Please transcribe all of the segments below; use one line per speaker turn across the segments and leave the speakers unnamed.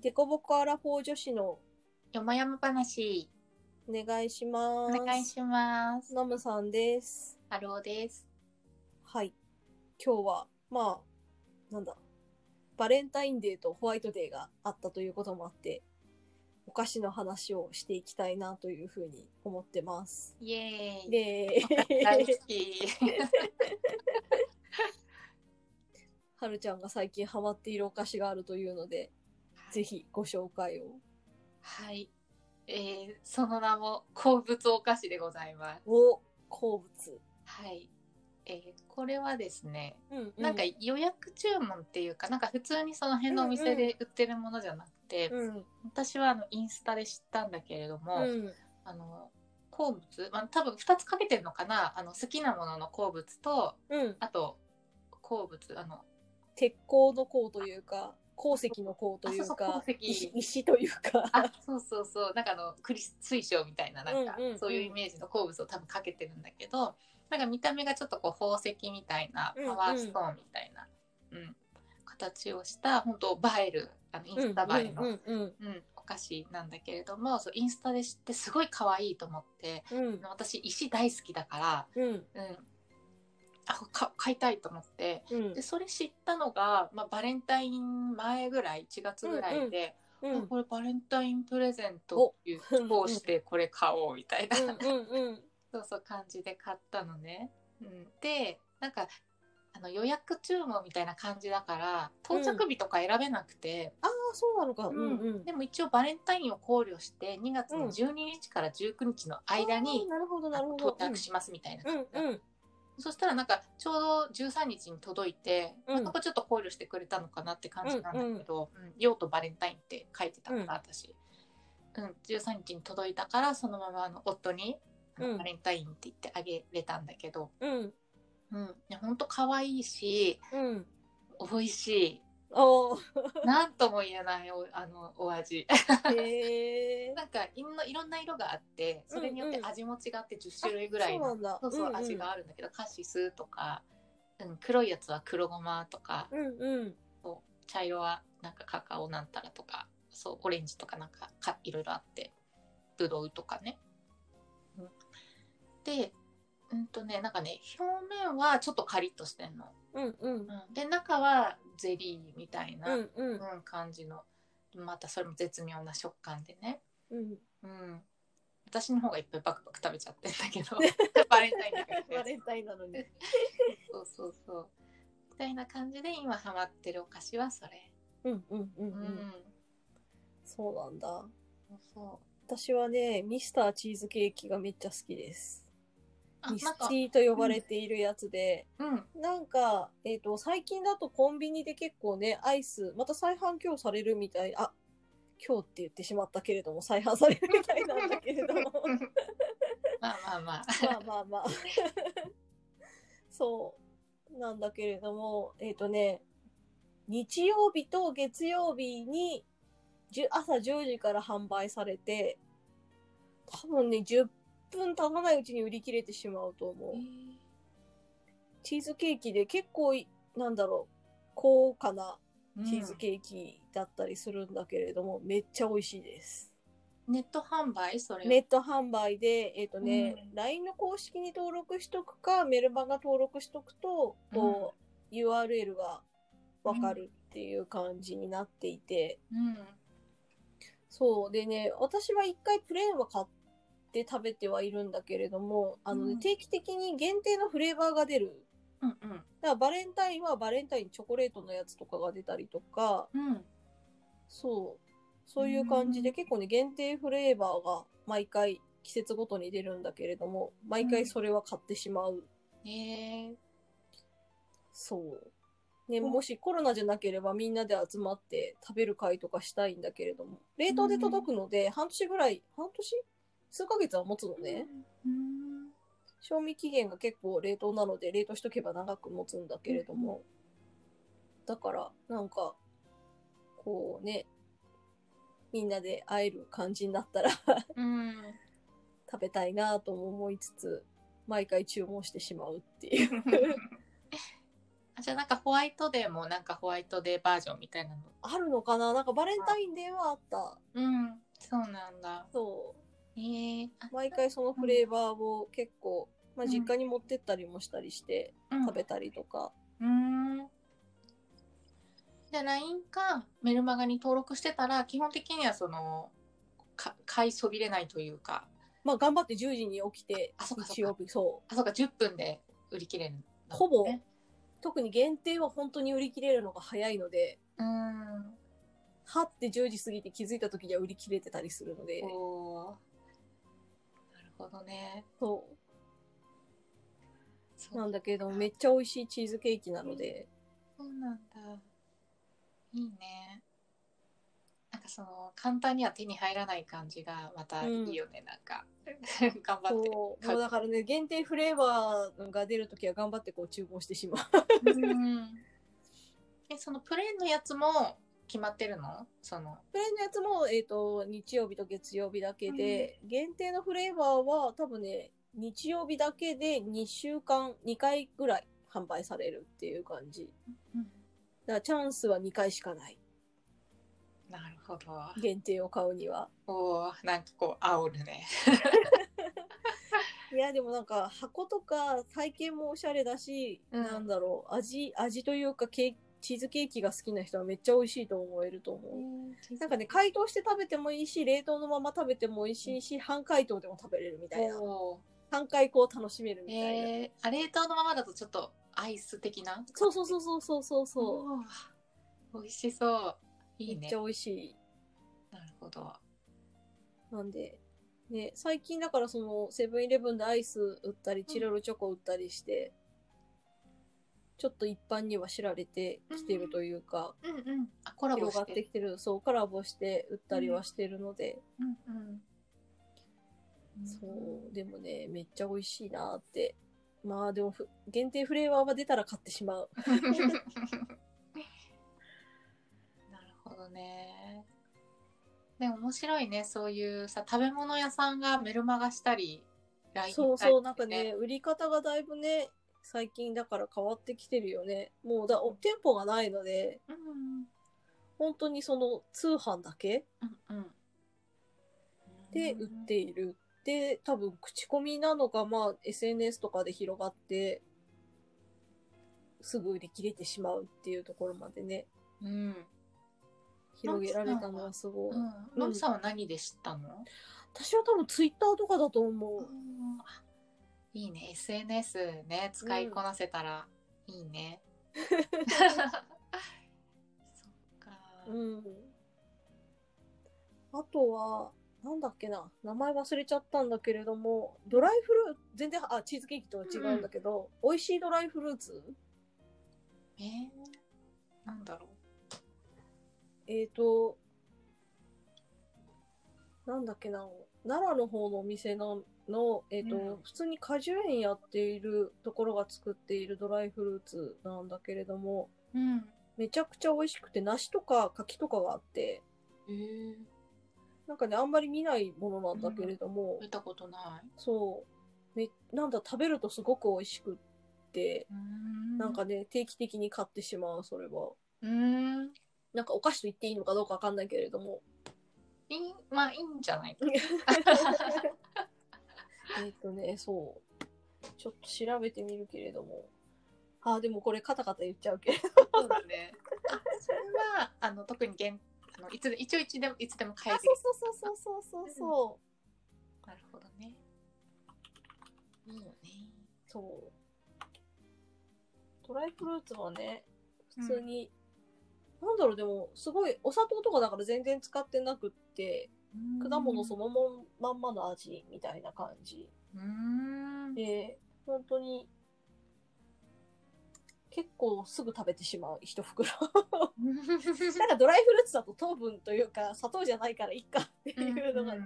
デコボコアラフォー女子の
よもやま話、
お願いしま
お
す。
願いします。
ナムさんです。
ハローです。
はい。今日は、まあ、なんだ。バレンタインデーとホワイトデーがあったということもあって、お菓子の話をしていきたいなというふうに思ってます。
イエーイ。
で、
大 好き。
はるちゃんが最近ハマっているお菓子があるというので、ぜひご紹介を。
はい。えー、その名も鉱物お菓子でございます。
お、好物。
はい。えー、これはですね、
うん、
なんか予約注文っていうか、なんか普通にその辺のお店で売ってるものじゃなくて、
うん、
私はあのインスタで知ったんだけれども、
うん、
あの鉱物、まあ、多分2つかけてるのかなあの好きなものの鉱物と
うん。
あと鉱物あの
鉄鋼の鋼というか鉱石の鋼という
あそうそう
か
鉱石
石石というか
あそうそうそうなんかあのクリス水晶みたいななんか、
うんうんうん
そういうイメージの鉱物を多分かけてるんだけどなんか見た目がちょっとこう宝石みたいな
うんうん
パワーストーンみたいな、うん形をした本当映えるあのインスタ映えの、
うんうん
うんお菓子なんだけれどもそうインスタで知ってすごい可愛いと思って
うんうん
私石大好きだか
うん
ら、うん、あか買いたいと思って
うん
でそれ知ったのが、まあ、バレンタイン前ぐらい1月ぐらいで、
うん
あこれバレンタインプレゼントっていう
お
こうしてこれ買おうみたいな、
うん うん
そうそう感じで買ったのね。うん、でなんかあの予約注文みたいな感じだから到着日とか選べなくて、
ああそうなのかうんうん
でも一応バレンタインを考慮して2月
うん
の12日から19日の間
あ
に
ー、なるほどな
あ
る
の
ほ
到
ど
着しますみたいな
う
感じだ
ん
った
うん
そしたらなんかちょうど13日に届いて、
うん
まあそこちょっと考慮してくれたのかなって感じなんだけど、うん用途バレンタインって書いてたから、
うん
私、うん、13日に届いたからそのままあの夫に、あの
うん
バレンタインって言ってあげれたんだけど、
うん
うん、いやほんと可愛いし
うん
美 味し
おー
いなんとも言えないおあのお味
へえ
なんかいろんないろんな色があってそれによって味も違って10種類ぐら
そう
いの
なんだ
そうそう、
んん
味があるんだけどカシスとか、うん、黒いやつは黒ごまとか
うんうん
そう茶色はなんかカカオなんたらとかそうオレンジとかなんかかいろいろあってブドウとかね。うん、でうんとねなんかね表面はちょっとカリッとしてんの。
うんうん
うん、で中はゼリーみたいうな、
んうん
うん感じのまたそれも絶妙な食感でね。
うん
うん私の方がいっぱいバクバク食べちゃってんだけど バレンタインだからね
バレンタインなのに
そうそうそう。みたいな感じで今ハマってるお菓子はそれ。
うんうんうんう
うんん。
そうなんだ
そう。
私はねミスターチーズケーキがめっちゃ好きです
あ、
ミス
なんか
チ、ーと呼ばれているやつで、
うん。
なんか、えっ、と、最近だとコンビニで結構ね、アイス、また再販今日されるみたい、あ、今日って言ってしまったけれども、再販されるみたいなんだけれど も、
まあまあまあ。
まあまあま あ。そう、なんだけれども、えっ、とね、日曜日と月曜日に、じゅ朝10時から販売されて、多分ね、10分経たないうちに売り切れてしまうと思う。チーズケーキで結構いなんだろう高価なチーズケーキだったりするんだけれども、めっちゃ美味しいです
うんネット販売それは
ネット販売でえっ、とね、
うん
LINE の公式に登録しとくかメルマガ登録しとくとこう、URL がわかるっていう感じになっていて、
うん。
そうでね私は一回プレーンは買って食べてはいるんだけれどもあのね、
うん
定期的に限定のフレーバーが出る
うんうん。
だからバレンタインはバレンタインチョコレートのやつとかが出たりとか
うん。
そうそういう感じで
うん
結構ね限定フレーバーが毎回季節ごとに出るんだけれども毎回それは買ってしまう
えー、
そう、ね、
うん
もしコロナじゃなければみんなで集まって食べる会とかしたいんだけれども冷凍で届くので半年ぐらい半年数ヶ月は持つのね
うん。
賞味期限が結構冷凍なので冷凍しとけば長く持つんだけれども、だからなんかこうねみんなで会える感じになったら
うん。
食べたいなとも思いつつ毎回注文してしまうっていう
うんあじゃあなんかホワイトデーもなんかホワイトデーバージョンみたいなの。
あるのかななんかバレンタインデーはあった。
うん、そうなんだ。
そ
えー、あ
う。毎回そのフレーバーを結構、まあ、実家に持ってったりもしたりして、
うん
食べたりとか。
うーん。で、LINE かメルマガに登録してたら、基本的にはその、か買いそびれないというか、
まあ、頑張って10時に起きて、
あそうかそうか
日曜日、そう。
あ、そうか、10分で売り切れるんだもんね、
ほぼ特に限定は本当に売り切れるのが早いので、
うーん。
はって10時過ぎて気づいた時には売り切れてたりするので、
おーなるほどね。
そ
そうう
なんだけど、めっちゃ美味しいチーズケーキなので、
そうなんだ。いいね。なんかその、簡単には手に入らない感じが、またいいよね、なんか。 頑張って。
そう
買
も
う
うだからね、限定フレーバーが出る時は頑張ってこう注文してし まう。
うんえそのプレーンのやつも決まってるのその
プレーンのやつも、えっ、と、日曜日と月曜日だけで、限定のフレーバーは多分ね、日曜日だけで2週間、2回ぐらい販売されるっていう感じ。だからチャンスは2回しかない。
なるほど
限定を買うには。
おーなんかこう煽るね
いやでもなんか箱とか体験もおしゃれだし、
うん
なんだろう味味というかケーキチーズケーキが好きな人はめっちゃ美味しいと思えると思う、なんかね解凍して食べてもいいし冷凍のまま食べても美味しいし、半解凍でも食べれるみたいな
お
半解凍を楽しめる
ー
みたいな、
えー、あ冷凍のままだとちょっとアイス的な
そうそうそうそうそうそうそう
おー美味しそういい
め
ね
っちゃ美味しい
なるほど
なんでね最近だからそのセブンイレブンでアイス売ったりチロルチョコ売ったりして、ちょっと一般には知られてきてるというか、
うんうんあコラボ
広がっ
して
てきてるそうコラボして売ったりはしてるので、
うんうん
そうでもねめっちゃ美味しいなってまあでもふ限定フレーバーは出たら買ってしまう
なるほどね。でも面白いね、そういうさ、食べ物屋さんがメルマガしたり、LINE
そう
したり
そうなんかね。売り方がだいぶね最近だから変わってきてるよねもうだお店舗がないので
うん
本当にその通販だけ
うんうん。
で売っている、で多分口コミなのかまあ SNS とかで広がってすぐ売り切れてしまうっていうところまでね
うん。
広げられたのはすごい。
うん。のりさんは何で知ったの、
私は多分ツイッターとかだと思う。
うんあいいね、SNS ね、使いこなせたらいいね。そっか。
うん。あとは、なんだっけな、名前忘れちゃったんだけれども、ドライフルーツ、全然、あ、チーズケーキとは違うんだけど、美味しいドライフルーツ
えー、なんだろう。
えっ、ー、と、なんだっけな、奈良の方のお店の、のえっ、と、
うん
普通に果樹園やっているところが作っているドライフルーツなんだけれども、
うん。
めちゃくちゃ美味しくて、梨とか柿とかがあって、
えー、
なんかね、あんまり見ないものなんだけれども、
見たことない。
そう、めなんだ、食べるとすごく美味しくって、
な
なんかね、定期的に買ってしまう、それは。
うーん
なんかお菓子と言っていいのかどうかわかんないけれども。
いいまあいいんじゃないか
えっとね、そう。ちょっと調べてみるけれども。あ、でもこれカタカタ言っちゃうけれど。
そうだねあそれはあの特に限あのいつで一応いつでもいつでも買え
あ、
る
そうそうそうそうそうそうそう。
なるほどねいいよね
そう。ドライフルーツはね、普通に、なんだろう、でも、すごい、お砂糖とかだから全然使ってなくって、果物そのまんまの味みたいな感じ
うーん
で、本当に、結構すぐ食べてしまう、一袋。 なんかドライフルーツだと糖分というか、砂糖じゃないからいいかっていうのが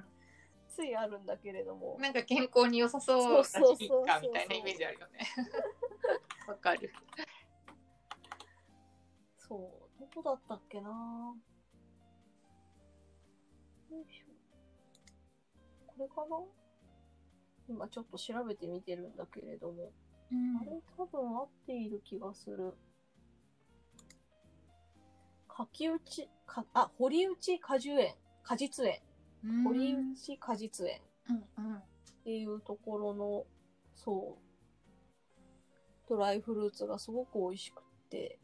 ついあるんだけれども。
なんか健康に良さそうだし
そうそうそう
いい
そう
かみたいなイメージあるよね わかる
そう、どこだったっけなよいしょ。これかな今ちょっと調べてみてるんだけれども、あれ多分合っている気がする。かきうち、か、あ、堀内果樹園、果実園、
うん
堀内果実園
うんうん
っていうところの、そう、ドライフルーツがすごく美味しくて。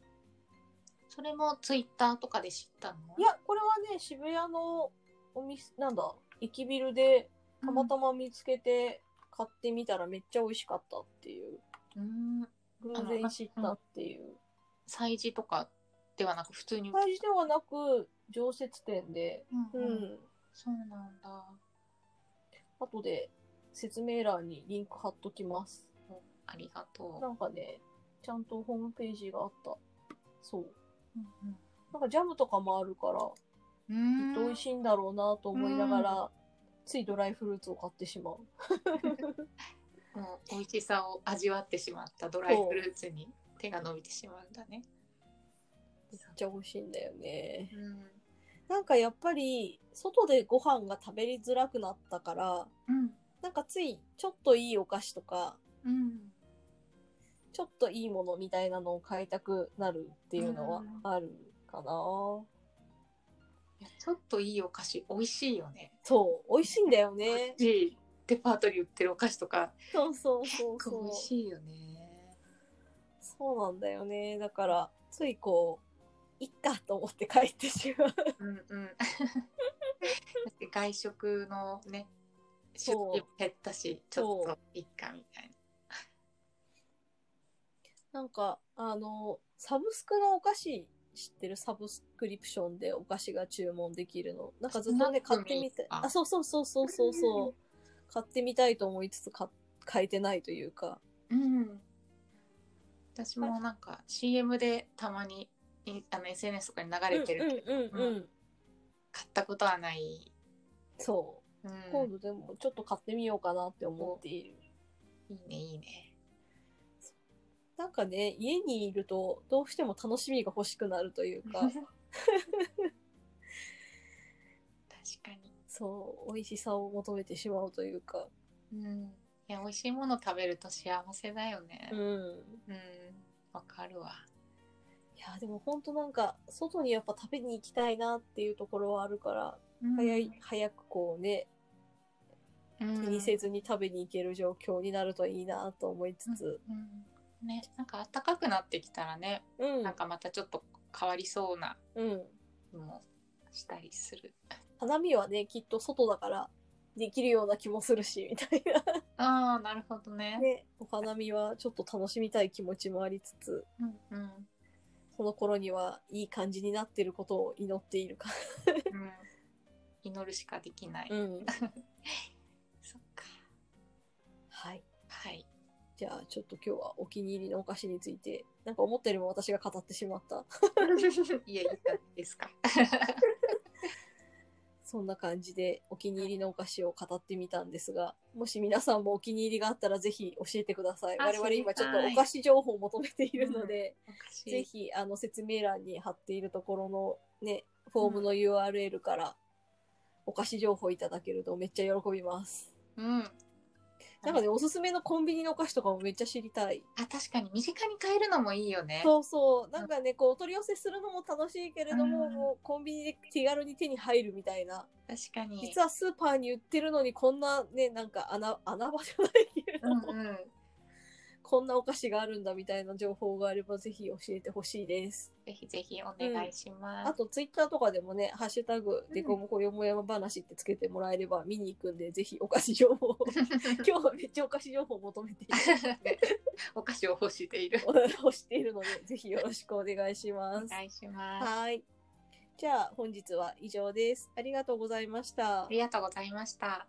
それもツイッターとかで知ったの
いや、これはね、渋谷のお店、なんだ、駅ビルでたまたま見つけて買ってみたらめっちゃ美味しかったっていう。
うん
偶然知ったっていう。
催事とかではなく普通に、
大事ではなく、常設店で、
う
うん
うん、
ん。
そうなんだ
後で説明欄にリンク貼っときます。
ありがと
な
う、
んかね、ちゃんとホームページがあった。そう。
うん
なんかジャムとかもあるから、
うん、
きっと美味しいんだろうなと思いながら、ついドライフルーツを買ってしまう。
もう美味しさを味わってしまったドライフルーツに手が伸びてしまうんだね。
めっちゃ美味しいんだよね。
うん
なんかやっぱり、外でご飯が食べれづらくなったから、
うん
なんかついちょっといいお菓子とか、
うん
ちょっといいものみたいなのを買いたくなるっていうのはあるかな。
いやちょっといいお菓子美味しいよね。
そう、美味しいんだよ
美
ね。
味しいデパートに売ってるお菓子とか
そうそう
結
そう
構美
そ
味
う。
しいよね。
そうなんだよね。だから、ついこう、いっかと思って帰ってしまう。
うんうん。だって外食のね出
そう
費も減ったしちょっ
そ
といっかみたい
なんか、あの、サブスクのお菓子、知ってるサブスクリプションでお菓子が注文できるの。なんかずっとね、
スナ
買っ
ック
てみ
ミー
て、
か
あ、そうそうそうそうそう
う
そ
ん
う。買ってみたいと思いつつ買、買えてないというか。
な。うん。私もなんか CM でたまにいあの SNS とかに流れてるけど
うんうんうんうん。
買ったことはない。
そうう。今
ん、
度でもちょっと買ってみようかなって思っている。
いいね、いいね。
なんかね、家にいるとどうしても楽しみが欲しくなるという か
確、か
そう、美味しさを求めてしまうというか。
に。うん。いや、美味しいもの食べると幸せだよね
う。ん。
うん。わ、かるわ。
いや、でも本当なんか、外にやっぱ食べに行きたいなっていうところはあるから、早い、早くこうね、
うん、
気にせずに食べに行ける状況になるといいなと思いつつ。
うん。ね、なんか暖かくなってきたらね、
うん。
なんかまたちょっと変わりそうな
うん。
気もしたりする。
花見はね、きっと外だからできるような気もするし、みたい
ああ、なるほどね。
な。ね、お花見はちょっと楽しみたい気持ちもありつつ、
うんうん。
その頃にはいい感じになってることを祈っているか。
うん。祈るしかできない。
うん。
そっか。
はい。
はい。
じゃあちょっと今日はお気に入りのお菓子について、なんか思ったよりも私が語ってしまった。
いや、いいじゃないですか。
そんな感じでお気に入りのお菓子を語ってみたんですが、もし皆さんもお気に入りがあったらぜひ教えてください。
あ
我々
知り
今
たい
ちょっとお菓子情報を求めているので、
おかしい
ぜひあの説明欄に貼っているところのね、フォームの URL からお菓子情報いただけるとめっちゃ喜びます。
うん。
なんかね、おすすめのコンビニのお菓子とかもめっちゃ知りたい。
あ、確かに身近に買えるのもいいよね。
そうそう。なんかね、こう、お取り寄せするのも楽しいけれども、
うん
もうコンビニで手軽に手に入るみたいな。
確かに。
実はスーパーに売ってるのにこんなねなんか穴穴場じゃないけれども、
うんうん。
こんなお菓子があるんだみたいな情報があればぜひ教えてほしいです、
ぜひぜひお願いします。
あとツイッターとかでもね「ハッシュタグでこもこよもやま話」ってつけてもらえれば見に行くんでぜひお菓子情報を 今日はめっちゃお菓子情報を求めている
お菓子を欲している。
をしているので ぜひよろしくお願いしま
お
す
願いします。
はいじゃあ本日は以上ですありがとうございました
ありがとうございました。